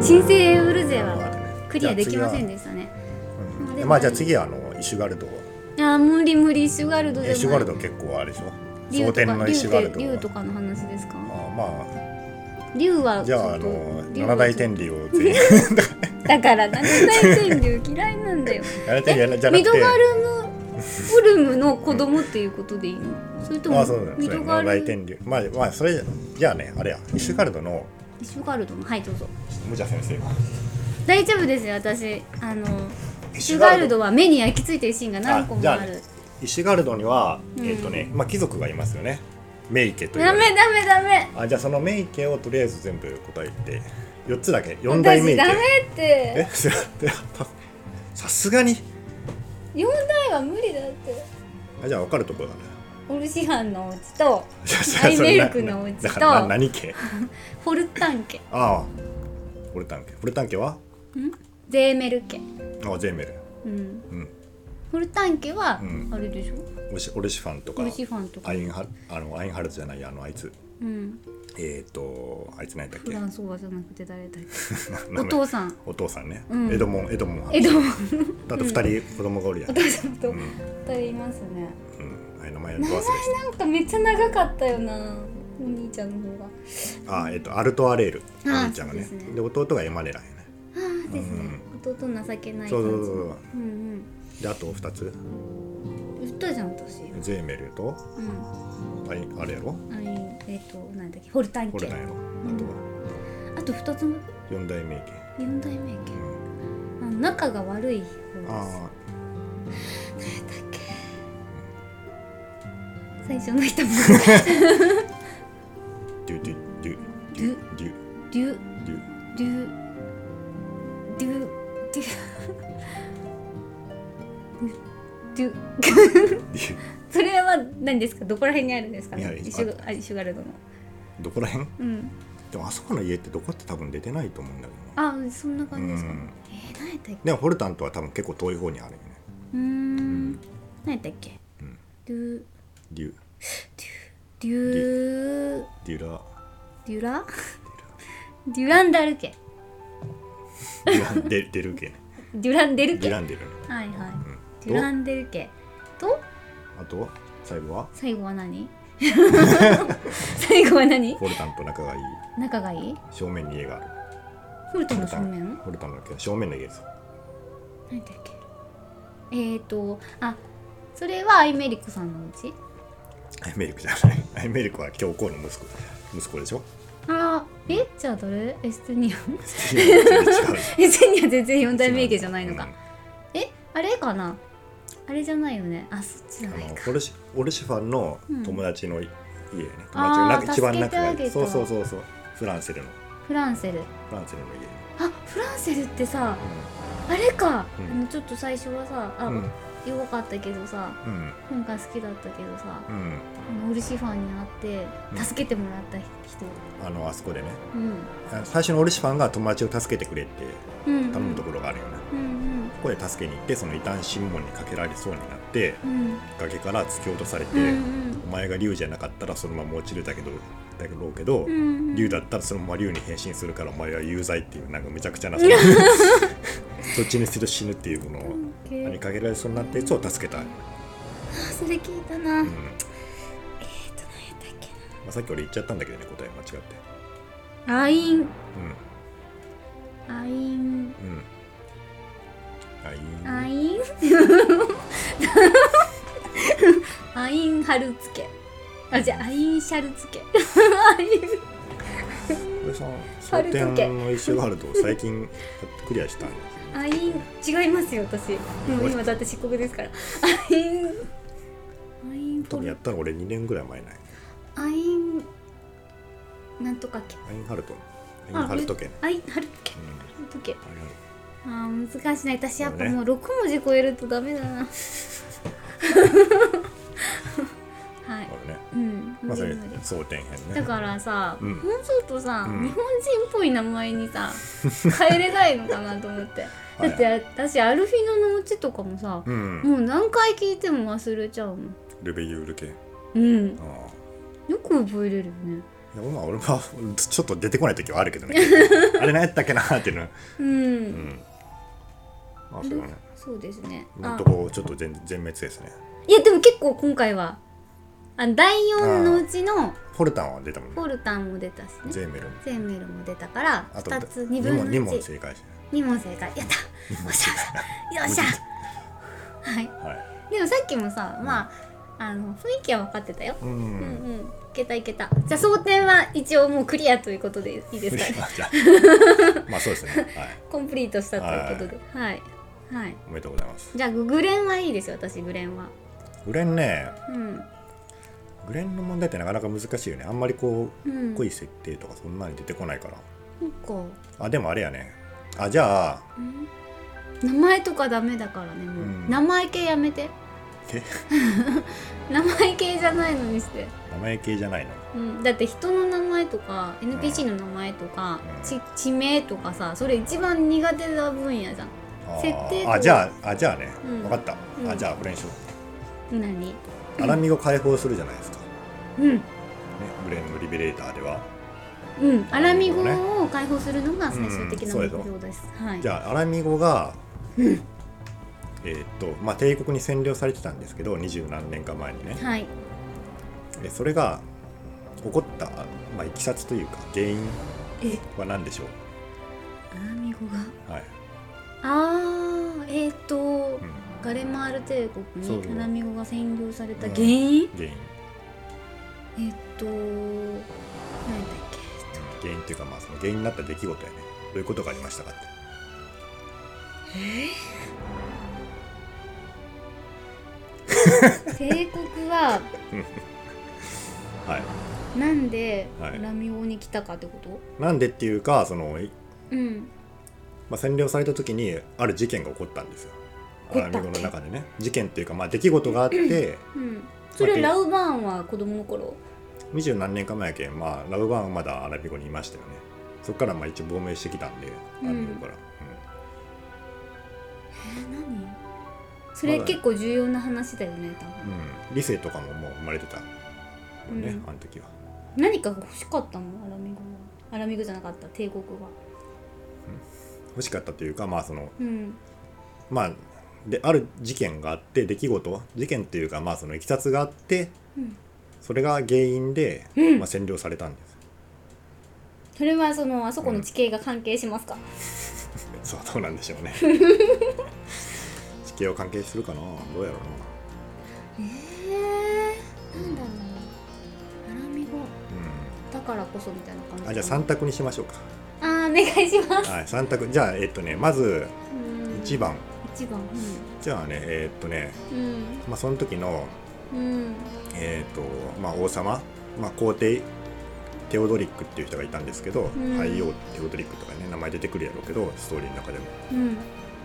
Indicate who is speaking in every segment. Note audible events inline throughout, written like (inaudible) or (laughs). Speaker 1: 新生ウルゼは
Speaker 2: ね
Speaker 1: クリアできません
Speaker 2: ね
Speaker 1: でしたね
Speaker 2: うん
Speaker 1: まあでも
Speaker 2: まあじゃあ次はあのイシュガルド
Speaker 1: いやー無理無理シュガルドでも
Speaker 2: イシュガルド結構あれでしょ
Speaker 1: 竜
Speaker 2: 蒼
Speaker 1: と
Speaker 2: 天
Speaker 1: か
Speaker 2: のイ
Speaker 1: 竜
Speaker 2: シュガ
Speaker 1: っ
Speaker 2: ル
Speaker 1: て竜と
Speaker 2: ド
Speaker 1: かの話ですか
Speaker 2: あま
Speaker 1: 竜は
Speaker 2: あじゃああ
Speaker 1: ちょっと
Speaker 2: の
Speaker 1: 竜は
Speaker 2: 七大天竜を全員
Speaker 1: だから七大天竜嫌いなん
Speaker 2: (laughs)
Speaker 1: だよ
Speaker 2: 七大天竜じゃな
Speaker 1: ミ
Speaker 2: く
Speaker 1: ド (laughs)
Speaker 2: て
Speaker 1: ガルムウルムの子供っていうことでいいのそれとも
Speaker 2: あそうだね
Speaker 1: ミ
Speaker 2: それ
Speaker 1: ドガ
Speaker 2: 七
Speaker 1: ル
Speaker 2: 大
Speaker 1: ム
Speaker 2: 天竜まあまあそれじゃあねあれやイシュガルドの
Speaker 1: シュガルドのはいどうぞ
Speaker 2: 無茶先生
Speaker 1: 大丈夫ですよ私あの
Speaker 2: イ
Speaker 1: シュガルドは目に焼き付いてるシーンが何個も
Speaker 2: あじゃ
Speaker 1: あ
Speaker 2: あ
Speaker 1: る
Speaker 2: イシュガルドには、
Speaker 1: うん
Speaker 2: えっ、とね、まあ、貴族がいますよねメイケという
Speaker 1: ダメダメダメ
Speaker 2: あじゃあそのメイケをとりあえず全部答えて4つだけ4代
Speaker 1: 私
Speaker 2: メイケ
Speaker 1: ダメって
Speaker 2: えそれってさすがに
Speaker 1: 四代は無理だって
Speaker 2: あじゃあ分かるところだね
Speaker 1: オルシハンのお家と
Speaker 2: じゃあ
Speaker 1: アイ
Speaker 2: そ
Speaker 1: メ
Speaker 2: れ
Speaker 1: ルクのお家と
Speaker 2: だからな何家
Speaker 1: フォルタン家
Speaker 2: ああフォルタン家フォルタン家は
Speaker 1: ゼーメル家
Speaker 2: ああゼーメル
Speaker 1: うん
Speaker 2: うん
Speaker 1: フォルタン家は
Speaker 2: うん
Speaker 1: あれでしょ
Speaker 2: オシオルシファンとか
Speaker 1: オルシファンとか
Speaker 2: アインハルあのアインハルツじゃないあのあいつ
Speaker 1: うん
Speaker 2: えっ、ー、とあいつ何だっ
Speaker 1: フ
Speaker 2: け
Speaker 1: ランソワじゃなくて誰だっけ
Speaker 2: 名
Speaker 1: お
Speaker 2: 前
Speaker 1: 父さん
Speaker 2: お父さんね、
Speaker 1: うん
Speaker 2: エドモンエドモン
Speaker 1: えっと
Speaker 2: (laughs) だって2人子供がおるやん、
Speaker 1: お
Speaker 2: うん
Speaker 1: 父さんと二人いますね
Speaker 2: うん、あれ名前忘れした
Speaker 1: なんかめっちゃ長かったよなお兄ちゃんの方が
Speaker 2: あえっとアルトアレールお
Speaker 1: あ
Speaker 2: 兄ちゃんがね
Speaker 1: そうですね
Speaker 2: で弟がエマネラやね
Speaker 1: ああですね弟情けない
Speaker 2: そ
Speaker 1: 感じの
Speaker 2: うそうそうそう
Speaker 1: うん
Speaker 2: であと2つ
Speaker 1: うん言ったじゃん私う
Speaker 2: ゼーメルと
Speaker 1: ん
Speaker 2: あいあれやろ
Speaker 1: あいえっ、となんだっけホルタン
Speaker 2: これ
Speaker 1: 家
Speaker 2: なんやろ
Speaker 1: んあ
Speaker 2: あと
Speaker 1: と二つも
Speaker 2: 4代目家
Speaker 1: 四代目家
Speaker 2: うん
Speaker 1: あの仲が悪い方です
Speaker 2: あ
Speaker 1: 誰だっけ最初の人も
Speaker 2: あデュデュデュデュデュ
Speaker 1: デュ
Speaker 2: デュ
Speaker 1: デュデュデュデュ
Speaker 2: デュ
Speaker 1: それは何ですかどこら辺にあるんですか
Speaker 2: いや
Speaker 1: ね
Speaker 2: いや
Speaker 1: イシュガあイシュガルドの
Speaker 2: どこらへん
Speaker 1: うん
Speaker 2: でもあそこの家ってどこって多分出てないと思うんだけどな
Speaker 1: あそんな感じですか、
Speaker 2: うん
Speaker 1: えー、何やったっけ
Speaker 2: でもホルタンとは多分結構遠い方にあるよね
Speaker 1: うーん何やったっけ、
Speaker 2: うん
Speaker 1: デュ
Speaker 2: デュ
Speaker 1: デュ
Speaker 2: デュラ
Speaker 1: デュラ (laughs) デュランダル家
Speaker 2: デュランデデル家ね
Speaker 1: デュランデル
Speaker 2: デ
Speaker 1: 家
Speaker 2: ュ
Speaker 1: は
Speaker 2: ランデルね
Speaker 1: いはい
Speaker 2: うん
Speaker 1: デュランデル家と
Speaker 2: あと最後は
Speaker 1: 最後は
Speaker 2: (laughs)
Speaker 1: 何最後は何
Speaker 2: ホルタンと仲がいい
Speaker 1: 仲がいい
Speaker 2: 正面に家がある
Speaker 1: フルトンの正面
Speaker 2: ホルタンだけど正面の家です
Speaker 1: 何だっけえーとあそれはアイメリコさんのうち
Speaker 2: アイメリクじゃないアイメリクは教皇の息子息子で
Speaker 1: (laughs)
Speaker 2: しょ
Speaker 1: あーえじゃあ誰エステニア
Speaker 2: 違う
Speaker 1: エステニア全然四代名家じゃないのか
Speaker 2: うん
Speaker 1: えあれかなあれじゃないよねあそっちじゃな
Speaker 2: あ
Speaker 1: い
Speaker 2: の
Speaker 1: か
Speaker 2: オルシオルシファンの友達の家ね、友達
Speaker 1: あー
Speaker 2: がなんか一番
Speaker 1: 助けて
Speaker 2: 仲
Speaker 1: あ
Speaker 2: が
Speaker 1: げ
Speaker 2: い
Speaker 1: た
Speaker 2: いそうそうそうそうフランセルの
Speaker 1: フランセル
Speaker 2: フランセルの家、
Speaker 1: あフランセルってさあれか、
Speaker 2: うん
Speaker 1: あのちょっと最初はさあ、
Speaker 2: うん
Speaker 1: 弱かったけどさ
Speaker 2: うん
Speaker 1: 本が好きだったけどさ
Speaker 2: うんうん
Speaker 1: あのオルシファンに会っ
Speaker 2: う
Speaker 1: て
Speaker 2: ん
Speaker 1: 助けてもらった人、
Speaker 2: あのあそこでね
Speaker 1: うん、
Speaker 2: あ最初のオルシファンが友達を助けてくれって
Speaker 1: うんうん
Speaker 2: 頼むところがあるよね、
Speaker 1: うん
Speaker 2: ここで助けに行ってその異端審問にかけられそうになって
Speaker 1: うんうん
Speaker 2: 崖から突き落とされて、
Speaker 1: うん
Speaker 2: お前が竜じゃなかったらそのまま落ちるだけどだろうけど、
Speaker 1: うんうん
Speaker 2: 竜だったらそのまま竜に変身するからお前は有罪っていうなんかめちゃくち
Speaker 1: (laughs)
Speaker 2: ゃなそのどっちにする死ぬっていうものを
Speaker 1: 関係
Speaker 2: 何かけられそうになったやつを助けたい、
Speaker 1: あそれ聞いたな、
Speaker 2: う
Speaker 1: えーと何やっ
Speaker 2: んま
Speaker 1: たっけ
Speaker 2: あ、さっき俺言っちゃったんだけどね答え間違って
Speaker 1: なアインアイン
Speaker 2: うんうんあ
Speaker 1: ア
Speaker 2: い
Speaker 1: インアインハルツ家あじゃあアインシャルツ家アイン
Speaker 2: 俺さ
Speaker 1: ハル
Speaker 2: 蒼
Speaker 1: ト家
Speaker 2: 天の石ワール
Speaker 1: (laughs)
Speaker 2: ドを最近クリアしたんですよ
Speaker 1: アイン違いますよ私もう今だって漆黒ですからアインアイン
Speaker 2: 多
Speaker 1: ポ
Speaker 2: 分や
Speaker 1: ル
Speaker 2: ったの俺2年ぐらい前ない
Speaker 1: アインなんとかけ
Speaker 2: アインハルトアインハルト家ね
Speaker 1: アインハルトけ
Speaker 2: うん
Speaker 1: ハルトけ
Speaker 2: アインハルト
Speaker 1: あー難しいな私やっぱ
Speaker 2: そうね
Speaker 1: もう6文字超えるとダメだ
Speaker 2: (laughs)
Speaker 1: なはい
Speaker 2: あれね
Speaker 1: うん
Speaker 2: ま
Speaker 1: 無
Speaker 2: あそ
Speaker 1: 理
Speaker 2: れ
Speaker 1: 無理
Speaker 2: 蒼天編
Speaker 1: だ
Speaker 2: ね
Speaker 1: からさ、
Speaker 2: うん
Speaker 1: もうちょっとさ、
Speaker 2: うん
Speaker 1: 日本人っぽい名前に
Speaker 2: (laughs)
Speaker 1: さ変えれないのかなと思ってだって私アルフィノのうちとかもさ、
Speaker 2: うん
Speaker 1: もう何回聞いても忘れちゃうもん。
Speaker 2: ルベユール系
Speaker 1: うん。
Speaker 2: ああ
Speaker 1: よく覚えれるよね。
Speaker 2: えでもまあ (laughs) 俺はちょっと出てこない時はあるけど
Speaker 1: (laughs)
Speaker 2: ねあれ何やったっけなっていうの
Speaker 1: うん
Speaker 2: うんまあそれはね
Speaker 1: そうですね。
Speaker 2: 今
Speaker 1: あ
Speaker 2: のとこちょっと全全滅ですね
Speaker 1: いやでも結構今回はあ第4のうちの
Speaker 2: フォルタンは出たもんね
Speaker 1: ポルタンも出たしね
Speaker 2: ゼーメルも
Speaker 1: ゼンメルも出たから
Speaker 2: あと
Speaker 1: 2つ
Speaker 2: 二
Speaker 1: 2分の
Speaker 2: 問二問
Speaker 1: 1
Speaker 2: 正解して
Speaker 1: 2問正解やったおっしゃよっしゃ (laughs) はい
Speaker 2: はい
Speaker 1: でもさっきもさまああの雰囲気は分かってたよ、
Speaker 2: うん、
Speaker 1: うん、うんいけたいけたじゃあ争点は一応もうクリアということでいいですかね (laughs)
Speaker 2: じゃあまあそうですねはい
Speaker 1: コンプリートしたということではいはい
Speaker 2: おめでとうございます
Speaker 1: じゃあグレンはいいですよ私グレンは
Speaker 2: グレンね
Speaker 1: うん
Speaker 2: グレンの問題ってなかなか難しいよねあんまりこう
Speaker 1: うん
Speaker 2: 濃い設定とかそんなに出てこないから
Speaker 1: そっか
Speaker 2: あでもあれやねあじゃあ
Speaker 1: うん名前とかダメだからねもう、
Speaker 2: うん
Speaker 1: 名前系やめて
Speaker 2: え
Speaker 1: (laughs) 名前系じゃないのにして、
Speaker 2: 名前系じゃないの
Speaker 1: うん、だって人の名前とか NPC の名前とか、
Speaker 2: うん
Speaker 1: ち地名とかさそれ一番苦手な分野じゃん
Speaker 2: あー
Speaker 1: 設定と
Speaker 2: あじゃああじゃあね、
Speaker 1: うん
Speaker 2: 分かった、
Speaker 1: う
Speaker 2: あ
Speaker 1: ん
Speaker 2: じゃあこれにしよ
Speaker 1: 何
Speaker 2: うアラミを解放するじゃないですか、ね、
Speaker 1: うん
Speaker 2: グレンのリベレーターでは
Speaker 1: うんアラミ
Speaker 2: なるほ
Speaker 1: 語を解放するのが最終的な
Speaker 2: うん
Speaker 1: 目標です、はい
Speaker 2: じゃあアラミゴが、えーっとまあ帝国に占領されてたんですけど二十何年か前にね、
Speaker 1: はい
Speaker 2: でそれが起こった、まあ、いきさつというか原因
Speaker 1: え
Speaker 2: は何でしょ
Speaker 1: アラミ語が
Speaker 2: う、はい
Speaker 1: あーえっ、ー、と
Speaker 2: うん、
Speaker 1: ガレマール帝国
Speaker 2: そうそう
Speaker 1: にアラミ語が占領された原因、
Speaker 2: 原因
Speaker 1: えっと、なんだっけ。
Speaker 2: 原因っていうかまあその原因になった出来事やねどういうことがありましたかって
Speaker 1: 帝国は
Speaker 2: はい
Speaker 1: なんで
Speaker 2: (laughs) はい
Speaker 1: ラミオに来たかってこと、
Speaker 2: なんでっていうかその、い
Speaker 1: うん。
Speaker 2: まあ、占領された時にある事件が起こったんですよ
Speaker 1: 起
Speaker 2: ア
Speaker 1: こ
Speaker 2: ラ
Speaker 1: った
Speaker 2: ミ
Speaker 1: っけ
Speaker 2: ゴの中でね事件っていうかまあ出来事があって
Speaker 1: うん。それ
Speaker 2: 待って
Speaker 1: ラウバーンは子供の頃
Speaker 2: 二十何年か前やけんまあラブバーンはまだアラミゴにいましたよねそっからまあ一応亡命してきたんでアラミゴから、
Speaker 1: え何それ結構重要な話だよね、多
Speaker 2: うん
Speaker 1: 分。
Speaker 2: うん理性とかももう生まれてたよね、
Speaker 1: うん
Speaker 2: あの時は
Speaker 1: 何かが欲しかったのアラミゴは。アラミゴじゃなかった、帝国は。
Speaker 2: 欲しかったというかまあその
Speaker 1: うん。
Speaker 2: まあである事件があって出来事事件っていうかまあそのいきさつがあって
Speaker 1: うん。
Speaker 2: それが原因で、
Speaker 1: うん
Speaker 2: まあ、占領されたんです
Speaker 1: それはその、あそこの地形が関係しますか、
Speaker 2: そうどうなんでしょう
Speaker 1: (laughs)
Speaker 2: ね地形を関係するかなどうやろう
Speaker 1: えー、なんだろうアラミゴ
Speaker 2: な、
Speaker 1: だからこそみたいな感じ
Speaker 2: うん、あじゃあ3択にしましょうか
Speaker 1: あーお願いします。
Speaker 2: はい3択じゃあえっとねまず
Speaker 1: うん
Speaker 2: 1番、
Speaker 1: 一番
Speaker 2: じゃあねえっとね
Speaker 1: うん
Speaker 2: まあその時の
Speaker 1: うん
Speaker 2: えっとまあ王様、まあ、皇帝テオドリックっていう人がいたんですけど、
Speaker 1: ん
Speaker 2: 俳優テオドリックとかね名前出てくるやろうけどストーリーの中でも
Speaker 1: うん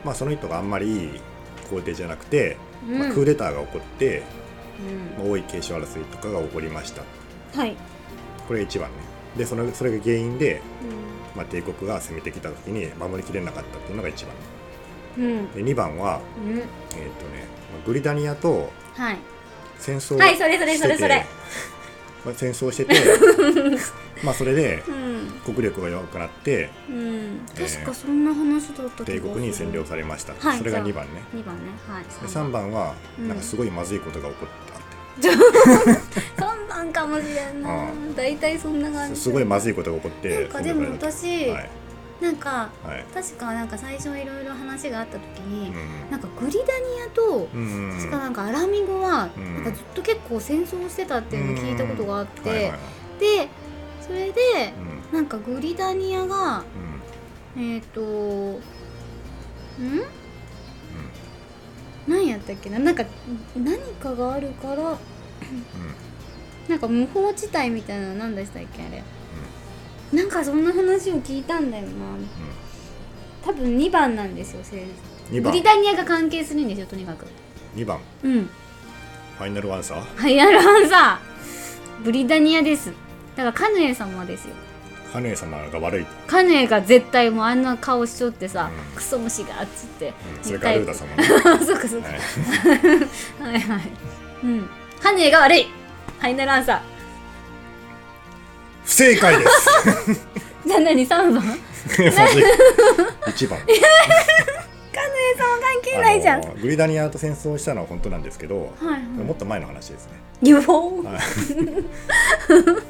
Speaker 2: まあ、その人があんまりいい皇帝じゃなくて、
Speaker 1: うん
Speaker 2: まあ、クーデターが起こって、
Speaker 1: うん
Speaker 2: まあ、王位継承争いとかが起こりました
Speaker 1: はい
Speaker 2: これが一番ねでそのそれが原因で、まあ、帝国が攻めてきた時に守りきれなかったっていうのが一番
Speaker 1: うんうん
Speaker 2: で2番は、
Speaker 1: うん
Speaker 2: えーっとねまあグリダニアと
Speaker 1: はい
Speaker 2: 戦争を
Speaker 1: はいそれそれそれそれ
Speaker 2: まあ戦争してて
Speaker 1: (laughs)
Speaker 2: まあそれで
Speaker 1: うん
Speaker 2: 国力が弱くなって
Speaker 1: うん
Speaker 2: えー
Speaker 1: 確かそんな話だった
Speaker 2: 帝国に占領
Speaker 1: さ
Speaker 2: されました、
Speaker 1: はい
Speaker 2: それが2番ね
Speaker 1: 二番ねはい
Speaker 2: で3番は、
Speaker 1: うん
Speaker 2: なんかすごいまずいことが起こったって
Speaker 1: 三番かもしれんな
Speaker 2: う
Speaker 1: 大体そんな感じ
Speaker 2: すごいま
Speaker 1: い
Speaker 2: ずいことが起こって
Speaker 1: なんかでも私
Speaker 2: はい
Speaker 1: なんか
Speaker 2: はい
Speaker 1: 確かなんか最初いろいろ話があった時に
Speaker 2: う
Speaker 1: なんかグリダニアと
Speaker 2: んうんうん
Speaker 1: 確かなんかアラミゴは
Speaker 2: うん
Speaker 1: なんかずっと結構戦争してたっていうのを聞いたことがあって、
Speaker 2: はいはいはい
Speaker 1: でそれで
Speaker 2: うん
Speaker 1: なんかグリダニアが
Speaker 2: うん
Speaker 1: えっ、ー、とん何やったっけななんか何かがあるから
Speaker 2: うんうん
Speaker 1: なんか無法地帯みたいなの何でしたっけあれなんかそんな話を聞いたんだよな多分2番なんですよせい
Speaker 2: うん2
Speaker 1: グ
Speaker 2: 番
Speaker 1: リダニアが関係するんですよとにかく
Speaker 2: 二番
Speaker 1: うん
Speaker 2: ファイナルアンサー
Speaker 1: はいやるはさブリダニアですだからカヌエ様ですよ
Speaker 2: カヌエ様が悪い、うん
Speaker 1: カヌエが絶対もうあんな顔しちょってさ、
Speaker 2: うん
Speaker 1: クソ虫がっつって、
Speaker 2: それからルーダ様ね、
Speaker 1: あ (laughs) そうかそうか、
Speaker 2: は
Speaker 1: はい
Speaker 2: い、
Speaker 1: はい。うん。カヌエが悪いファイナルアンサー。
Speaker 2: 不正解です
Speaker 1: (laughs) じゃあ何3番 (laughs)
Speaker 2: 一番
Speaker 1: カヌエさんは関係ないじゃん、
Speaker 2: あのグリダニアと戦争したのは本当なんですけど、
Speaker 1: はい
Speaker 2: もっと前の話ですね
Speaker 1: UFO
Speaker 2: はい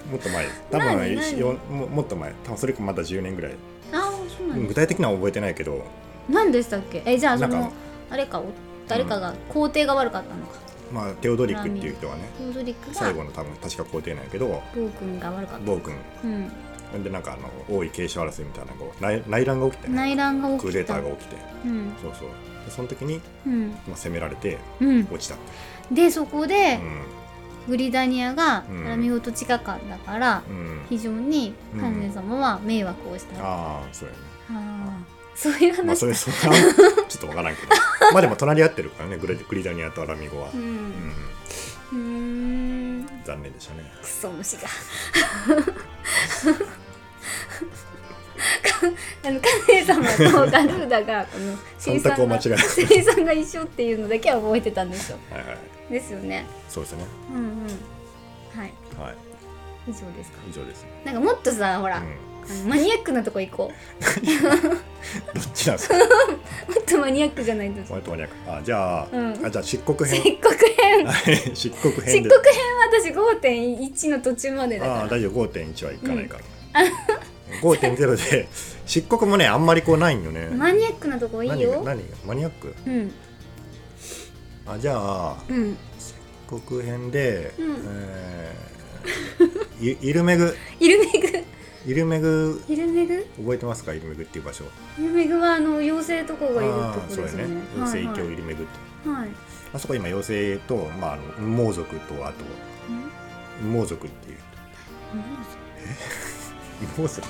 Speaker 2: もっと前です多
Speaker 1: 何
Speaker 2: 分
Speaker 1: 何
Speaker 2: よももっと前多分それかまだ10年ぐらい
Speaker 1: ああそうなん
Speaker 2: 具
Speaker 1: だ
Speaker 2: 体的には覚えてないけど
Speaker 1: 何でしたっけえじゃあそ
Speaker 2: なん
Speaker 1: の
Speaker 2: か
Speaker 1: あれかお誰かが皇帝が悪かったのか
Speaker 2: まあテオドリックっていう人はね
Speaker 1: テオドリック
Speaker 2: 最後
Speaker 1: が
Speaker 2: の多分確か皇帝なんやけど
Speaker 1: 暴君が悪かった
Speaker 2: 暴君
Speaker 1: うん
Speaker 2: ほんでなんかあの王位継承争いみたいなこう内内乱が起きてね
Speaker 1: 内乱が起
Speaker 2: クー
Speaker 1: き
Speaker 2: デ
Speaker 1: て
Speaker 2: タ
Speaker 1: た
Speaker 2: ーが起きて
Speaker 1: うん
Speaker 2: そうそうでその時に、
Speaker 1: うん
Speaker 2: まあ、攻められて
Speaker 1: うん
Speaker 2: 落ちたって
Speaker 1: でそこで
Speaker 2: う
Speaker 1: グリダニアが
Speaker 2: うん
Speaker 1: 見事近かったから
Speaker 2: ん、うん、
Speaker 1: 非常にカヌエ様は迷惑をしたあ
Speaker 2: ああそうやね
Speaker 1: あそういう
Speaker 2: まあ
Speaker 1: 話
Speaker 2: それそんな
Speaker 1: (laughs)
Speaker 2: ちょっとわからんけどまあでも隣り合ってるからねグレグリダニアとアラミゴは、
Speaker 1: う
Speaker 2: うん
Speaker 1: んうーん
Speaker 2: 残念でしたね
Speaker 1: クソ虫
Speaker 2: (laughs)
Speaker 1: がかあのカヌエ様とガルーダがこの生
Speaker 2: 三択を
Speaker 1: 産
Speaker 2: 間違
Speaker 1: が
Speaker 2: える
Speaker 1: 生産が一緒っていうのだけは覚えてたんですよ
Speaker 2: はいはい
Speaker 1: ですよね
Speaker 2: そうですね
Speaker 1: うんうんはい
Speaker 2: はい
Speaker 1: 以上ですか
Speaker 2: 以上です、
Speaker 1: なんかもっとさほ
Speaker 2: う
Speaker 1: ら、
Speaker 2: ん、
Speaker 1: あのマニアックなとこ行こ
Speaker 2: どっちなんですか
Speaker 1: うもっとマニアックじゃないと
Speaker 2: 割とマニアックあじゃあ,、
Speaker 1: うん
Speaker 2: あじゃあ漆黒
Speaker 1: 漆
Speaker 2: 編
Speaker 1: 黒編
Speaker 2: (laughs) はい漆黒
Speaker 1: 漆
Speaker 2: 編で
Speaker 1: 黒編は私5.1の途中までだ
Speaker 2: ああ
Speaker 1: から
Speaker 2: 大丈夫5.1はいかないから、5.0で漆黒もねあんまりこうないんよね
Speaker 1: マニアックなとこいい
Speaker 2: 何が
Speaker 1: よ
Speaker 2: 何がマニアック
Speaker 1: うん
Speaker 2: あじゃあ
Speaker 1: うん
Speaker 2: 漆黒編で、
Speaker 1: うん
Speaker 2: えーイイルメグ
Speaker 1: イルメグ
Speaker 2: イルメグ
Speaker 1: イルメグ
Speaker 2: 覚えてますかイルメグっていう場所
Speaker 1: イルメグはあの妖精とこがいると
Speaker 2: あ
Speaker 1: こ
Speaker 2: あそう
Speaker 1: で
Speaker 2: や
Speaker 1: すよね
Speaker 2: ね妖精教
Speaker 1: はい
Speaker 2: イルメグって、
Speaker 1: はい、はい
Speaker 2: あそこ今妖精と、まあ、あの盲族とあと
Speaker 1: うん
Speaker 2: 盲族っていう盲族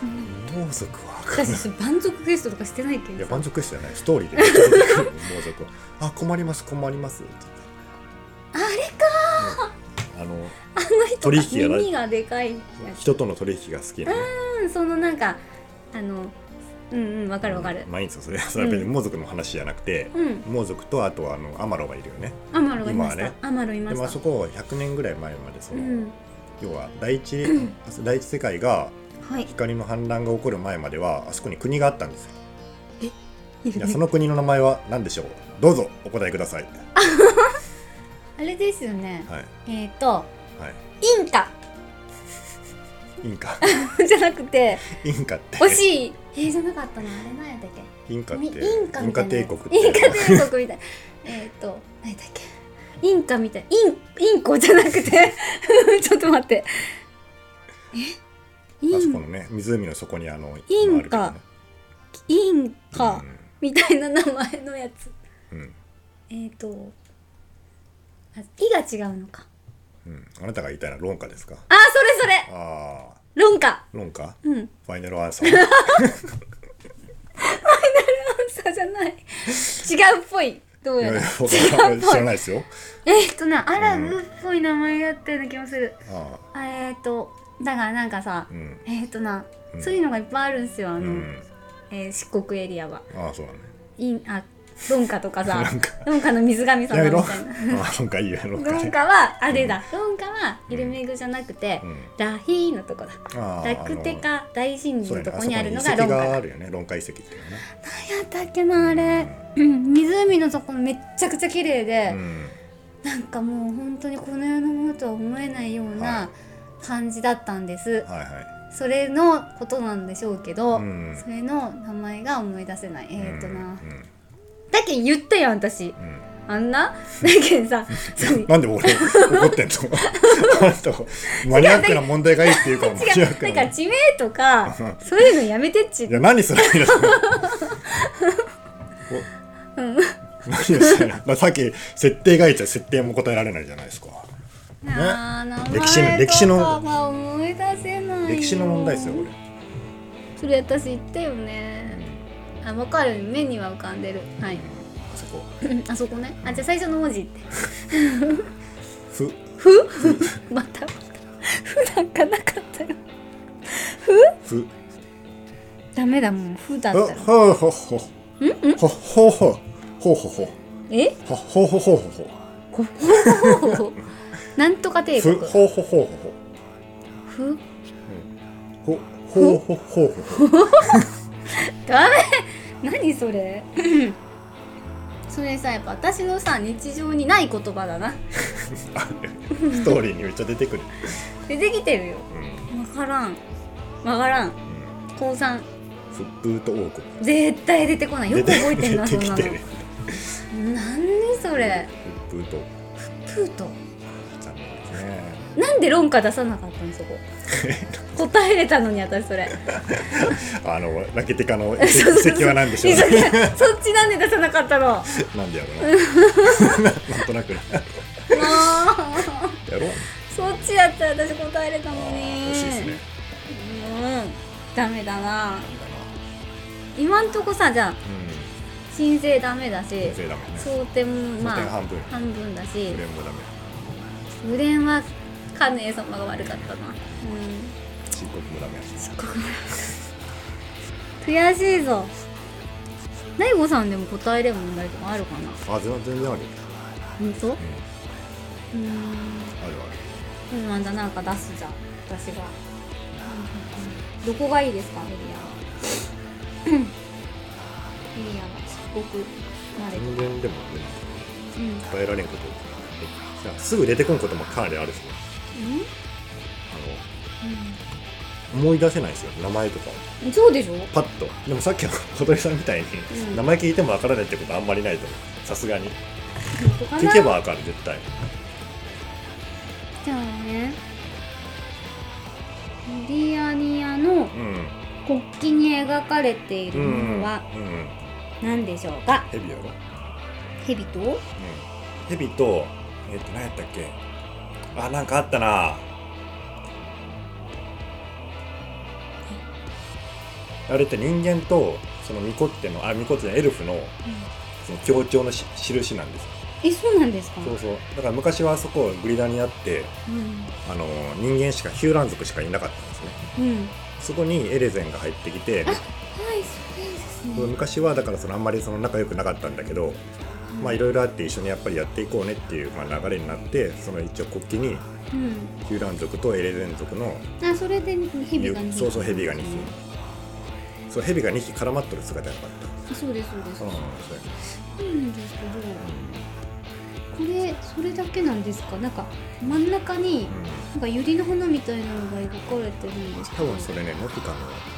Speaker 1: そんな
Speaker 2: 盲族は分かんない
Speaker 1: 私蛮族クエストとかしてないけ
Speaker 2: い
Speaker 1: ど
Speaker 2: や
Speaker 1: さ
Speaker 2: 満足してないストーリーで盲族は「あ困ります困ります」って言ってあれか、うんあの
Speaker 1: あの人
Speaker 2: 取引がない
Speaker 1: 耳がでかいやつ
Speaker 2: 人との取引が好きなね
Speaker 1: うんそのなんかあのうんうんわかるわかる
Speaker 2: まあいいんですよそれそれは別に盲族の話じゃなくて、
Speaker 1: うん
Speaker 2: 盲族とあとはあのアマロがいるよね
Speaker 1: アマロがいまし
Speaker 2: 今は
Speaker 1: た
Speaker 2: ね
Speaker 1: アマロいま
Speaker 2: でもあ
Speaker 1: し
Speaker 2: そ
Speaker 1: た
Speaker 2: こを100年ぐらい前までそうの、
Speaker 1: ん
Speaker 2: 要は第一第一世界が
Speaker 1: はい
Speaker 2: 光の反乱が起こる前まではあそこに国があったんですよ
Speaker 1: イ
Speaker 2: い
Speaker 1: ル
Speaker 2: や
Speaker 1: メ
Speaker 2: そ
Speaker 1: グ
Speaker 2: の国の名前は何でしょうどうぞお答えください
Speaker 1: あれですよね
Speaker 2: はい
Speaker 1: えっと
Speaker 2: はい
Speaker 1: インカ (laughs)
Speaker 2: インカ
Speaker 1: じゃなく
Speaker 2: (laughs)
Speaker 1: て
Speaker 2: インカって
Speaker 1: 惜しいえーじゃなかったなあれなんやったっけ
Speaker 2: インカって
Speaker 1: みインカ
Speaker 2: イン
Speaker 1: みたいな
Speaker 2: カ帝
Speaker 1: やつ
Speaker 2: 国って
Speaker 1: インカ帝国みたいな (laughs) えっと何だっけインカみたいインインコじゃなくて (laughs) ちょっと待ってえイ
Speaker 2: あそこの
Speaker 1: ン
Speaker 2: ね湖の底にあの
Speaker 1: インカ
Speaker 2: 今ある
Speaker 1: イン
Speaker 2: けど
Speaker 1: カみたいな名前のやつ
Speaker 2: うんうん
Speaker 1: えっ、とあ「イ」が違うのか
Speaker 2: うんあなたが言いたいのは論歌ですか
Speaker 1: あーそれそれ
Speaker 2: ああ
Speaker 1: 論か
Speaker 2: 論歌
Speaker 1: うん (laughs)
Speaker 2: ファイナルアンサー
Speaker 1: そうじゃない違うっぽいどう
Speaker 2: い
Speaker 1: や
Speaker 2: やい
Speaker 1: ら
Speaker 2: や
Speaker 1: 違
Speaker 2: 僕は
Speaker 1: うっ
Speaker 2: 知
Speaker 1: ぽ
Speaker 2: ら
Speaker 1: い
Speaker 2: ないですよ
Speaker 1: えっとなアラブっぽい名前やったような気もする、
Speaker 2: ああ
Speaker 1: あえっ、とだからなんかさ、
Speaker 2: うん
Speaker 1: えっ、とな、
Speaker 2: うん
Speaker 1: そういうのがいっぱいあるんですよあ
Speaker 2: う
Speaker 1: の、
Speaker 2: ん
Speaker 1: えー四国エリアは
Speaker 2: ああそうだね
Speaker 1: インあ論下とかさ
Speaker 2: (laughs) 論下
Speaker 1: 論下の水神様
Speaker 2: や
Speaker 1: み
Speaker 2: めろ
Speaker 1: たいな
Speaker 2: ああ論歌いいよ論歌
Speaker 1: 論
Speaker 2: ね
Speaker 1: 下はあれだ、論下はイルメグじゃなくて、
Speaker 2: うん
Speaker 1: ラヒーのとこだ
Speaker 2: ああ
Speaker 1: ラクテカ大神
Speaker 2: そ
Speaker 1: 寺の
Speaker 2: うやね
Speaker 1: とこにあるの
Speaker 2: あ
Speaker 1: が
Speaker 2: そこ
Speaker 1: 論
Speaker 2: に
Speaker 1: 下
Speaker 2: 遺跡が
Speaker 1: だ
Speaker 2: あるよね論海遺跡っていうのね
Speaker 1: やったっけなあれ、うん、湖の底めっちゃくちゃ綺麗で、
Speaker 2: う
Speaker 1: なんかもう本当にこの世のものとは思えないよう
Speaker 2: はい
Speaker 1: な感じだったんです、
Speaker 2: ん、はいは
Speaker 1: それのことなんでしょうけど、
Speaker 2: い。ん
Speaker 1: それの名前が思い出せないえー、とな、
Speaker 2: うん
Speaker 1: だけど言ったよ私
Speaker 2: うんうん
Speaker 1: あん
Speaker 2: (laughs)
Speaker 1: なだけどさそう
Speaker 2: なんで俺怒ってんの？ (laughs) あなたマニアックな問題がいいっていうからマニ
Speaker 1: 違
Speaker 2: ア
Speaker 1: う
Speaker 2: ック
Speaker 1: だ
Speaker 2: な
Speaker 1: か。ら
Speaker 2: い
Speaker 1: 地名とかそういうのやめてっち
Speaker 2: や何するんだ。
Speaker 1: うん
Speaker 2: (laughs) 何ですか、まあ、さっき設定がいいって設定も答えられないじゃないですか
Speaker 1: あー名前
Speaker 2: 歴史の歴史の
Speaker 1: とかが思い出せないよ
Speaker 2: 歴史の問題ですよこれ
Speaker 1: それ私言ったよねあ分かる目には浮かんでるはい
Speaker 2: あそこ
Speaker 1: うん (laughs) あそこねあじゃあ最初の文字って
Speaker 2: ふ
Speaker 1: ふまたふなんかなかったよ
Speaker 2: ふ
Speaker 1: ダメだもんふだ
Speaker 2: あ
Speaker 1: ったら
Speaker 2: ほうほうほうほほうほうほうほうほう
Speaker 1: え
Speaker 2: ほほうほうほうほう
Speaker 1: なんとか帝
Speaker 2: ふ
Speaker 1: 国
Speaker 2: ほうほうほうほ
Speaker 1: ふふ
Speaker 2: うほほほほほ (laughs) ほ
Speaker 1: ダメ何それそれさやっぱ私のさ日常にない言葉だな
Speaker 2: あストーリーにめっちゃ出てくる、
Speaker 1: 出てきてるよ
Speaker 2: うんうん、
Speaker 1: わからんわからん高三
Speaker 2: フップート王国
Speaker 1: 絶対出てこないよく覚えてるなそ
Speaker 2: 出
Speaker 1: ん
Speaker 2: て
Speaker 1: な
Speaker 2: き
Speaker 1: の
Speaker 2: てる
Speaker 1: 何それ
Speaker 2: フップート
Speaker 1: プート
Speaker 2: 残念ですね
Speaker 1: なんで論価出さなかったのそこ答えれたのに私それ
Speaker 2: (laughs) あのラケテカの
Speaker 1: (laughs)
Speaker 2: 遺
Speaker 1: そうそうそう
Speaker 2: 跡は何でしょう
Speaker 1: そ
Speaker 2: ね
Speaker 1: っちなんで出さなかったのも
Speaker 2: なんでやろ
Speaker 1: (laughs)
Speaker 2: うな (laughs) なんとなくな
Speaker 1: う
Speaker 2: やろう
Speaker 1: そっちやったら私答えれた
Speaker 2: あ
Speaker 1: の
Speaker 2: ー
Speaker 1: に
Speaker 2: 欲しいですね
Speaker 1: うんダメだな
Speaker 2: だな
Speaker 1: 今んとこさじゃあ
Speaker 2: うん
Speaker 1: 申請ダメだし
Speaker 2: 先生ダメね
Speaker 1: 想定もま
Speaker 2: 想定
Speaker 1: あ
Speaker 2: 半分
Speaker 1: 半分だし
Speaker 2: フレームもダメ
Speaker 1: 無連はカネエ様が悪かったなうん
Speaker 2: 申告もダメ
Speaker 1: すっごく悔しいぞ大悟さんでも答えれる問題とかあるかな
Speaker 2: あ全全然ある
Speaker 1: 本当う
Speaker 2: うん
Speaker 1: ーん
Speaker 2: ある
Speaker 1: 今だなんか出すじゃん私が、どこがいいですかエリアはエリアは漆黒ま
Speaker 2: あ
Speaker 1: で
Speaker 2: る全然でもね
Speaker 1: うん
Speaker 2: 答えられんことじゃあすぐ出てこんこともかなりあるしねあの思い出せないですよ名前とかを
Speaker 1: うんそうでしょ
Speaker 2: パッとでもさっきの小鳥さんみたいに、
Speaker 1: うん
Speaker 2: 名前聞いてもわからないってことはあんまりないと思うさすがに
Speaker 1: 他
Speaker 2: 聞
Speaker 1: な
Speaker 2: けばわかる絶対
Speaker 1: じゃあねエリアニアの
Speaker 2: うん
Speaker 1: 国旗に描かれている
Speaker 2: う
Speaker 1: も
Speaker 2: ん
Speaker 1: のは
Speaker 2: うん
Speaker 1: 何でしょうか
Speaker 2: ヘビやろ、うん、
Speaker 1: 蛇と
Speaker 2: ヘビとえっ、と何やったっけあなんかあったなあれって人間とそのミコってのあミコってのエルフのその協調のし印なんですよ
Speaker 1: えそうなんですか
Speaker 2: そうそうだから昔はあそこグリダにあって
Speaker 1: うん
Speaker 2: あの人間しかヒューラン族しかいなかったんですね
Speaker 1: うん
Speaker 2: そこにエレゼンが入ってきて
Speaker 1: はいそうですね
Speaker 2: 昔はだからそのあんまりその仲良くなかったんだけどまあいろいろあって一緒にやっぱりやっていこうねっていうまあ流れになってその一応国旗に
Speaker 1: うん
Speaker 2: ヒューラン族とエレゼン族の
Speaker 1: あそれで蛇が2匹
Speaker 2: そうそう蛇が2匹そう蛇が2匹絡まっとる姿がよかっ
Speaker 1: あそうですそうです
Speaker 2: たうんそうや
Speaker 1: そうなんですけどこれそれだけなんですかなんか真ん中に
Speaker 2: うん
Speaker 1: なんか百合の花みたいなのが描かれてるんですけ
Speaker 2: 多
Speaker 1: ど
Speaker 2: 分それねノピカ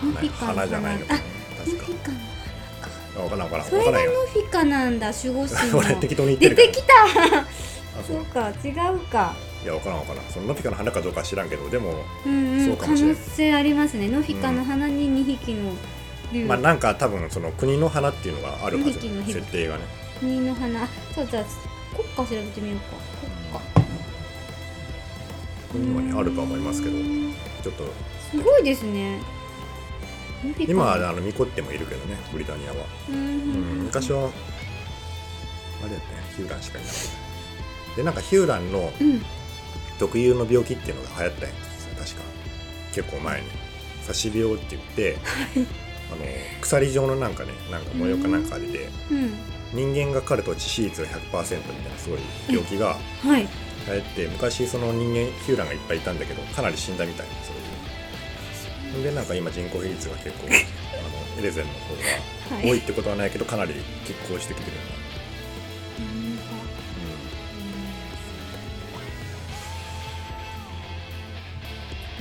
Speaker 1: ノピ
Speaker 2: の
Speaker 1: カの
Speaker 2: 花じゃないのかな確
Speaker 1: ノ
Speaker 2: か
Speaker 1: フィカの
Speaker 2: あわからんわからん
Speaker 1: そ
Speaker 2: わ
Speaker 1: れ
Speaker 2: か
Speaker 1: が
Speaker 2: らんよ
Speaker 1: ノフィカなんだ守護
Speaker 2: (laughs)
Speaker 1: 神
Speaker 2: 俺
Speaker 1: の
Speaker 2: 適当に
Speaker 1: 出
Speaker 2: 言って
Speaker 1: て
Speaker 2: るか
Speaker 1: きた
Speaker 2: らあそ
Speaker 1: そううか違うか
Speaker 2: いやわからんわからんそのノピカの花かどうかは知らんけどでも
Speaker 1: うんうん
Speaker 2: そうか
Speaker 1: 可
Speaker 2: もしれ
Speaker 1: 能
Speaker 2: ん
Speaker 1: 性ありますねノフィカの花に2匹の竜、
Speaker 2: まあなんか多分その国の花っていうのがあるはず
Speaker 1: 二匹の蛇
Speaker 2: 設定がね
Speaker 1: 国の花あそうだ国家調べてみようか
Speaker 2: こういうのがねあるとは思いますけどちょっと
Speaker 1: すごいですねノフィカ
Speaker 2: 今はあのミコってもいるけどねブリタニアは、
Speaker 1: うん
Speaker 2: うん昔はあれやったねヒューランしかいなかったでなんかヒューランの
Speaker 1: うん
Speaker 2: 特有の病気っていうのが流行ったんですよ確か結構前に刺し病って言ってあの鎖状のなんかねなんか模様かなんか出て
Speaker 1: うん
Speaker 2: 人間がかかると致死率が100%みたいなすごい病気が
Speaker 1: はい
Speaker 2: 流行って昔その人間ヒューランがいっぱいいたんだけどかなり死んだみたいなそういうでなんか今人口比率が結構あのエレゼンの方が
Speaker 1: はい
Speaker 2: 多いってことはないけどかなり拮抗してきてるよ
Speaker 1: なんか
Speaker 2: う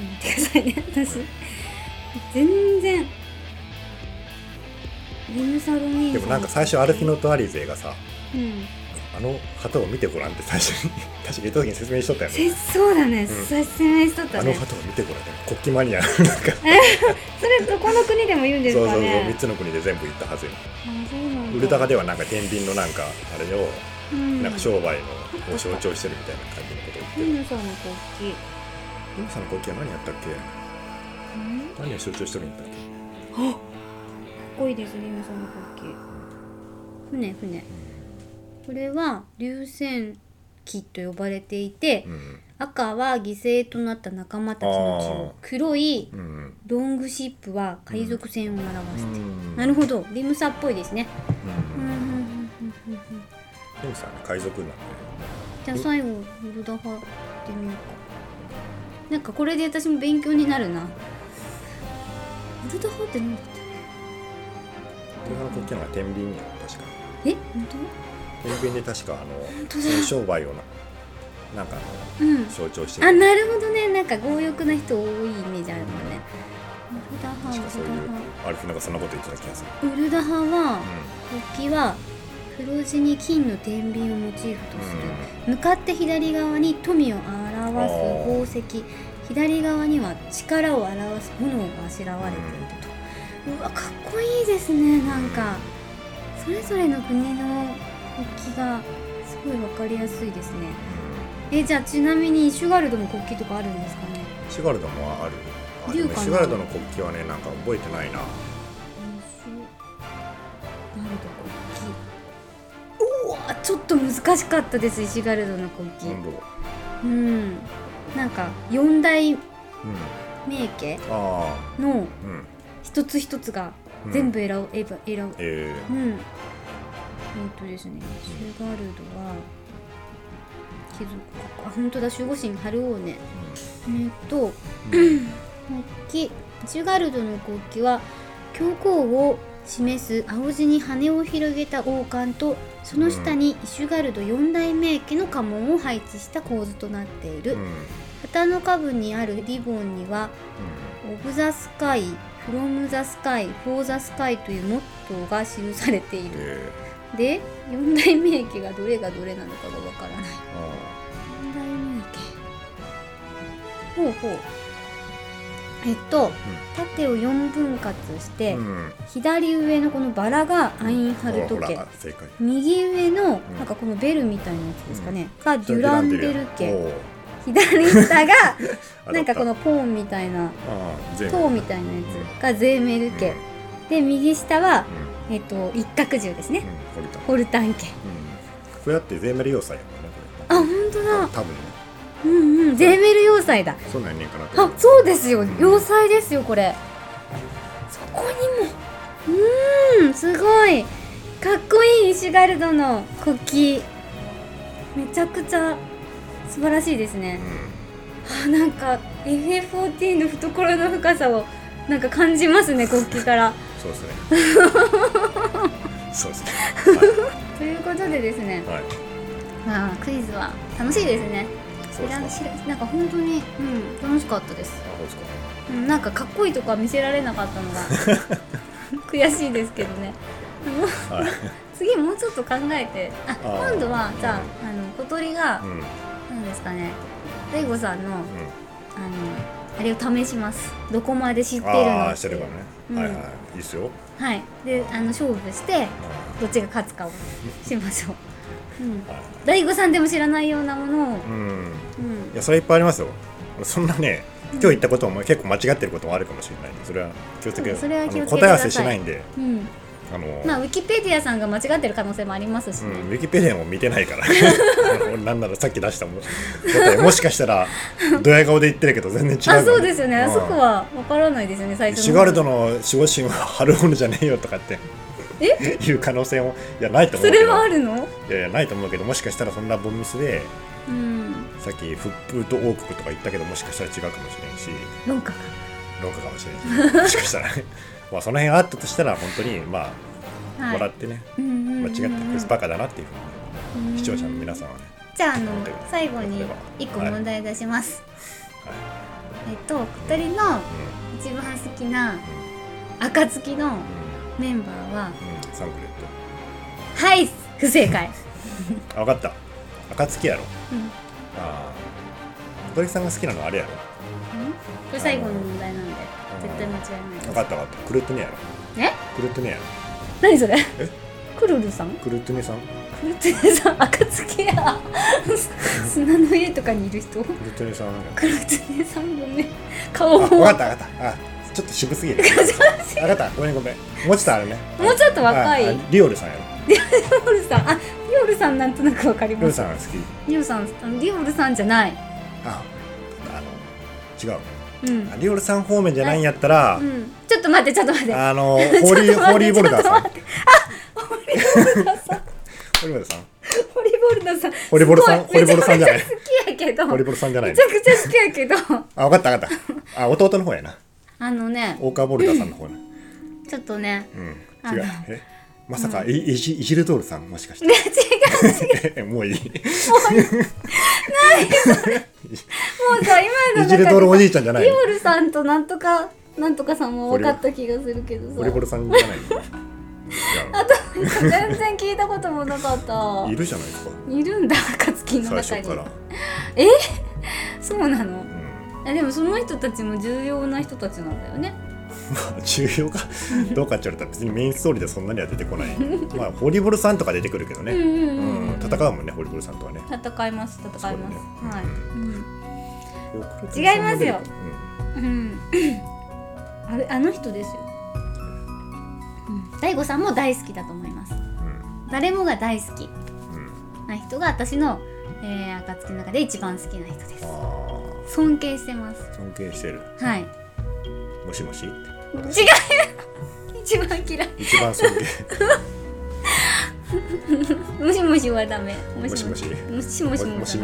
Speaker 1: うん待ってくださいね私全然リムサロミ
Speaker 2: な、
Speaker 1: ン
Speaker 2: でもなんか最初アルフィノとアリゼがさ
Speaker 1: うん
Speaker 2: あの旗を見てごらんって最初に (laughs) 確か言った時に説明しとったよね
Speaker 1: せそうだね、
Speaker 2: うん
Speaker 1: 説明しとっ
Speaker 2: あ
Speaker 1: た
Speaker 2: の
Speaker 1: ね
Speaker 2: 旗を見てごらんって国旗マニアなんか
Speaker 1: それどこの国でも言うんです
Speaker 2: そう
Speaker 1: か
Speaker 2: そうそう
Speaker 1: ね
Speaker 2: 3つの国で全部行ったはずよ
Speaker 1: あそうなんだ
Speaker 2: ウルタガではなんか天秤のなんかあれを
Speaker 1: うん
Speaker 2: なんか商売のを象徴してるみたいな感じのことを言って
Speaker 1: リ
Speaker 2: る
Speaker 1: ムサの国旗
Speaker 2: リムさんの国旗は何やったっけ
Speaker 1: うんか
Speaker 2: 何を象徴してるんだっけ
Speaker 1: っこいいですリムサの国旗船船これは流線旗と呼ばれていて、
Speaker 2: うん
Speaker 1: 赤は犠牲となった仲間たちの血を黒い
Speaker 2: うん
Speaker 1: ロングシップは海賊船を表して、
Speaker 2: うん
Speaker 1: なるほどリムサっぽいですね、
Speaker 2: うん
Speaker 1: うんうんうんうんうんうん
Speaker 2: リムさんは海賊なんで
Speaker 1: じゃあ最後ウルダハってみようかなんかこれで私も勉強になるなオルドホって何だっ
Speaker 2: このこっちの方が天秤や確か
Speaker 1: たえ本
Speaker 2: 天秤で確かあの
Speaker 1: 当だ
Speaker 2: その商売をななんかあ
Speaker 1: 当うん
Speaker 2: の象徴して
Speaker 1: あ
Speaker 2: る
Speaker 1: なるほどねなんか強欲な人多いイメージあるもんねウルダハ
Speaker 2: 確かそういう
Speaker 1: ウ
Speaker 2: あれなんかそんなこと言ってた気がする
Speaker 1: ルダハウルダハは
Speaker 2: う
Speaker 1: 国旗は黒地に金の天秤をモチーフと
Speaker 2: ん
Speaker 1: す
Speaker 2: うん
Speaker 1: る、向かって左側に富を表す宝石左側には力を表す炎があしらわれていると、うわかっこいいですねなんかそれぞれの国の国旗がすごいわかりやすいですねえじゃあちなみにシュガルドも国旗とかあるんですかね
Speaker 2: シュガルドもあるあ
Speaker 1: 竜か
Speaker 2: でも
Speaker 1: な
Speaker 2: シュガルドの国旗はねなんか覚えてないな
Speaker 1: なんと国旗うわちょっと難しかったです石ガルドの国旗
Speaker 2: 本
Speaker 1: う
Speaker 2: 当
Speaker 1: んなんか四大
Speaker 2: うん
Speaker 1: 名家の
Speaker 2: ああうん
Speaker 1: 一つ一つが
Speaker 2: うん
Speaker 1: 全部選ぶ、選ぶ選ぶう
Speaker 2: ええ
Speaker 1: んえっとですねシュガルドは貴族あ本当だ守護神ハルオーネえっと国旗シュガルドの国旗は教皇を示す青地に羽を広げた王冠とその下にシュガルド四代名家の家紋を配置した構図となっている、
Speaker 2: うんうんうん
Speaker 1: 旗の下部にあるリボンにはオブザスカイ、フロムザスカイ、フォーザスカイというモットーが記されている。
Speaker 2: え
Speaker 1: で、四大名家がどれがどれなのかがわからない。
Speaker 2: えあ
Speaker 1: 四大名家。ほうほう。えっと、縦を四分割して、
Speaker 2: あうん
Speaker 1: 左上のこのバラがアインハルト
Speaker 2: ほらほ
Speaker 1: 家。
Speaker 2: ら正解
Speaker 1: 右上の
Speaker 2: ん
Speaker 1: なんかこのベルみたいなやつですかね、がデュランデル
Speaker 2: お
Speaker 1: 家
Speaker 2: う
Speaker 1: 左下が
Speaker 2: (laughs) あ
Speaker 1: なんかこ
Speaker 2: だ
Speaker 1: の
Speaker 2: っ
Speaker 1: ポーンみたいな
Speaker 2: たああ全部
Speaker 1: 塔みたいなやつがゼーメル家、で右下は
Speaker 2: う、んうん
Speaker 1: えっと一角獣ですね
Speaker 2: うんこれだ
Speaker 1: ホルタン家
Speaker 2: うんこれだってゼーメル要塞やもんね
Speaker 1: あ
Speaker 2: これ
Speaker 1: 本当だ
Speaker 2: 多分ね
Speaker 1: うんうんゼーメル要塞だ
Speaker 2: そんなんやねんかなと
Speaker 1: あ
Speaker 2: 思う
Speaker 1: そうですよ
Speaker 2: ん
Speaker 1: 要塞ですよこれそこにもうーんすごいかっこいいイシュガルドの国旗めちゃくちゃ素晴らしいですねあなんか FF14 の懐の深さをなんか感じますね国旗から
Speaker 2: うんそうですねそうですねは
Speaker 1: ということでですね
Speaker 2: いはい
Speaker 1: まあクイズは楽しいですね
Speaker 2: そう
Speaker 1: 知らん
Speaker 2: です
Speaker 1: 知
Speaker 2: ね
Speaker 1: らんなんか本当に、うん、楽しかったです
Speaker 2: あ、そうですか
Speaker 1: うん、なんかかっこいいとこは見せられなかったのが (laughs) 悔しいですけどねもう
Speaker 2: はい
Speaker 1: 次もうちょっと考えてあ
Speaker 2: あー
Speaker 1: 今度はじゃああの小鳥が
Speaker 2: う、んうん
Speaker 1: なんですかねレイゴさんのあのあれを試しますどこまで知ってるの
Speaker 2: ああ
Speaker 1: っ
Speaker 2: してて
Speaker 1: い
Speaker 2: れ
Speaker 1: う
Speaker 2: ばね
Speaker 1: うん
Speaker 2: はいはいいいっすよ
Speaker 1: はいであの勝負して
Speaker 2: は
Speaker 1: どっちが勝つかをしましょう、うん、
Speaker 2: いはい
Speaker 1: 大悟さんでも知らないようなものを、
Speaker 2: うん
Speaker 1: うん
Speaker 2: いやそれいっぱいありますよそんなね今日言ったことも結構間違ってることもあるかもしれないんでそれは気をつけて
Speaker 1: そうそれは気をつけて
Speaker 2: あの
Speaker 1: ください
Speaker 2: 答え合わせしないんで
Speaker 1: うん
Speaker 2: あの
Speaker 1: まあウィキペディアさんが間違ってる可能性もありますし
Speaker 2: うん、ウ
Speaker 1: ね、
Speaker 2: ィキペディアも見てないから (laughs) あのなんならさっき出したも答えもしかしたらドヤ顔で言ってるけど全然違うから
Speaker 1: あそうですよね、
Speaker 2: ん
Speaker 1: あそこはわからないですよね最初の
Speaker 2: シュガルドの守護神は春物じゃねえよとかって
Speaker 1: え
Speaker 2: いう可能性もいやないと思
Speaker 1: そう
Speaker 2: けど
Speaker 1: れはあるの
Speaker 2: いやいやないと思うけどもしかしたらそんなボンミスで
Speaker 1: うん
Speaker 2: さっき「フップと王国」とか言ったけどもしかしたら違うかもしれんし
Speaker 1: 論か
Speaker 2: 農家かもしれんしもしかしたらねまあその辺あったとしたら本当にまあ、
Speaker 1: はい
Speaker 2: 笑ってね
Speaker 1: うんうんうんう
Speaker 2: 間
Speaker 1: ん
Speaker 2: 違ってクズバカだなっていうふうに、
Speaker 1: うん
Speaker 2: 視聴者の皆さんはね、
Speaker 1: じゃああの
Speaker 2: 思ってる
Speaker 1: 最後に一個問題出します、えっと二人の
Speaker 2: はい
Speaker 1: 一番好きな
Speaker 2: うんうん
Speaker 1: 暁の
Speaker 2: う
Speaker 1: メンバーは
Speaker 2: んうん、サンクレット
Speaker 1: はい不正解、
Speaker 2: あ分かった暁やろ
Speaker 1: うん、こ
Speaker 2: ああ小鳥さんが好きなのあれやろ
Speaker 1: れ最後の問題なんで絶対間違いないです
Speaker 2: 分かった分かったクルトゥネやろ
Speaker 1: え
Speaker 2: クルトゥネやろ
Speaker 1: 何それ
Speaker 2: え
Speaker 1: クルルさん
Speaker 2: クルトゥネさん
Speaker 1: クルルさん暁や
Speaker 2: (laughs)
Speaker 1: 砂の家とかにいる人
Speaker 2: クルトゥネさんあ
Speaker 1: クルルさんごめん顔
Speaker 2: 分
Speaker 1: も
Speaker 2: かった分かったあちょっと渋す
Speaker 1: (laughs)
Speaker 2: ぎる分かったごめんごめんもうちょっとあるね
Speaker 1: もうちょっと若い
Speaker 2: ああリオルさんやろ
Speaker 1: リオルさんあリオルさんなんとなくわかり
Speaker 2: リオ
Speaker 1: ま
Speaker 2: ル
Speaker 1: す
Speaker 2: さんが好き
Speaker 1: リオさんあのリオルさんじゃない
Speaker 2: ああの違う
Speaker 1: うん
Speaker 2: あリオルさん方面じゃないんやったら、
Speaker 1: うんちょっと (laughs) 待ってちょっと待って
Speaker 2: あのホーリーホーリーボルダーさんホ
Speaker 1: ホリボルダーさん
Speaker 2: ーリーボルダーさん
Speaker 1: ホリボルのさん
Speaker 2: ホリボルさん
Speaker 1: すごい
Speaker 2: ホリボルさんじゃない
Speaker 1: めちゃくちゃ好きやけど
Speaker 2: ホリボルさんじゃない
Speaker 1: めち
Speaker 2: の
Speaker 1: ゃくちゃ好きやけど
Speaker 2: あ分かった分かったあ弟の方やな
Speaker 1: あのね
Speaker 2: 大川ボルダーさんの方やな
Speaker 1: ちょっとね (laughs)
Speaker 2: うん違
Speaker 1: あの
Speaker 2: うえまさか、えイジイジルドールさんもし
Speaker 1: (laughs)
Speaker 2: かして
Speaker 1: ね違う
Speaker 2: もういいイ
Speaker 1: もうさ今の
Speaker 2: ジルドールお
Speaker 1: 中で
Speaker 2: じいちゃんじゃない
Speaker 1: イ
Speaker 2: の
Speaker 1: ボルさんとなんとかなんとかさんも分かった気がするけど
Speaker 2: ホリボ
Speaker 1: さ
Speaker 2: ルさんじゃない
Speaker 1: (laughs)
Speaker 2: の
Speaker 1: あと全然聞いたこともなかっ
Speaker 2: い (laughs)
Speaker 1: た
Speaker 2: やいるじゃないですか
Speaker 1: いるんだ暁の中
Speaker 2: 最
Speaker 1: に
Speaker 2: 初から、
Speaker 1: そうなの
Speaker 2: うん、ま
Speaker 1: あでもその人たちも重要な人たちなんだよね
Speaker 2: あ重要かどうかって言われたら別にメインストーリーでそんなには出て
Speaker 1: (laughs)
Speaker 2: こないまあホリボルさんとか出てくるけど
Speaker 1: うん
Speaker 2: ね、
Speaker 1: うんうん、
Speaker 2: うん、戦うもんねホリボルさんとはね
Speaker 1: 戦います戦います、
Speaker 2: そうだ
Speaker 1: はい、
Speaker 2: ね
Speaker 1: うん
Speaker 2: 違
Speaker 1: 違いますよ、うん、 (clears throat) あれあの人ですよ、うん、大悟さんも大好きだと思います
Speaker 2: うん
Speaker 1: 誰もが大好き
Speaker 2: うんうん、
Speaker 1: な人が私の、えー、暁の中で一番好きな人です
Speaker 2: あ
Speaker 1: 尊敬してます
Speaker 2: あ尊敬してる
Speaker 1: はい違
Speaker 2: もしもし
Speaker 1: う一番嫌い
Speaker 2: 一番尊
Speaker 1: (laughs)
Speaker 2: 敬
Speaker 1: もしもしはダメも
Speaker 2: もしもし
Speaker 1: もしもしも
Speaker 2: もし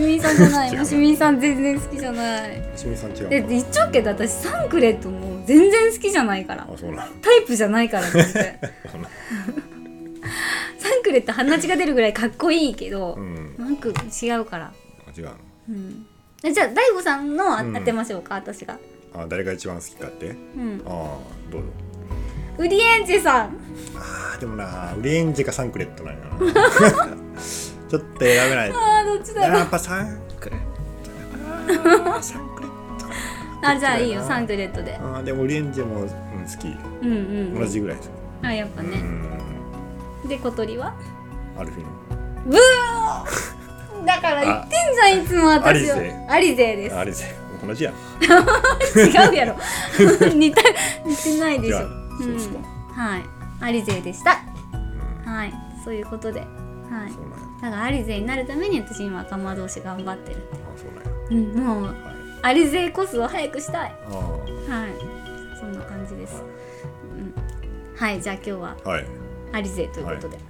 Speaker 2: みさんじゃない
Speaker 1: もしみさんじゃない
Speaker 2: 違う
Speaker 1: もしみさん全然好きじゃない
Speaker 2: もしみさん違う
Speaker 1: で
Speaker 2: の
Speaker 1: 言っちゃうけど私サンクレットも全然好きじゃないから
Speaker 2: あそうなん
Speaker 1: タイプじゃないから全然
Speaker 2: そうなん
Speaker 1: サンクレット鼻血が出るぐらいかっこいいけど、
Speaker 2: うん
Speaker 1: なんか違うから、
Speaker 2: あ違うの
Speaker 1: うん、えじゃあ大悟さんのあ
Speaker 2: うん
Speaker 1: 当てましょうか、私が、
Speaker 2: あ誰が一番好きかって
Speaker 1: うん、
Speaker 2: ああどうぞ
Speaker 1: ウディエンジェさん
Speaker 2: あーでもなウレンジかサンクレットなんや
Speaker 1: (laughs)
Speaker 2: なちょっと選べない
Speaker 1: あーどっちだろ
Speaker 2: や
Speaker 1: う
Speaker 2: っぱサンクレット
Speaker 1: (laughs)
Speaker 2: だなサンクレット
Speaker 1: あじゃあいいよサン
Speaker 2: ク
Speaker 1: クレットで
Speaker 2: レットでもオレンジも、うん、好き
Speaker 1: うんう
Speaker 2: 同
Speaker 1: ん
Speaker 2: じぐらいです、
Speaker 1: あやっぱ
Speaker 2: う
Speaker 1: ね、
Speaker 2: ん
Speaker 1: で小鳥は
Speaker 2: アルフィー
Speaker 1: ブーだから言ってんじゃんいつも私
Speaker 2: アリゼ
Speaker 1: アリゼで
Speaker 2: のあれです同じやん
Speaker 1: す違う
Speaker 2: (laughs)
Speaker 1: やろ似た似てないでし
Speaker 2: じ
Speaker 1: ょ
Speaker 2: ゃあそうですか、
Speaker 1: ん、はいアリゼでした
Speaker 2: うん
Speaker 1: はいそういうことではい
Speaker 2: そうなんや
Speaker 1: だからアリゼになるために私今仲間同士頑張ってる
Speaker 2: あそうなんや
Speaker 1: うんもう
Speaker 2: はい
Speaker 1: アリゼコスを早くしたい
Speaker 2: あ
Speaker 1: はいそんな感じです、うん、はいじゃあ今日は
Speaker 2: あはい
Speaker 1: アリゼということで、も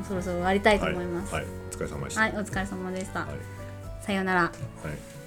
Speaker 1: うそろそろ終わりたいと
Speaker 2: はい
Speaker 1: 思います
Speaker 2: はいお疲れ様でした
Speaker 1: はい、お疲れ様でした
Speaker 2: はい
Speaker 1: さようなら
Speaker 2: はい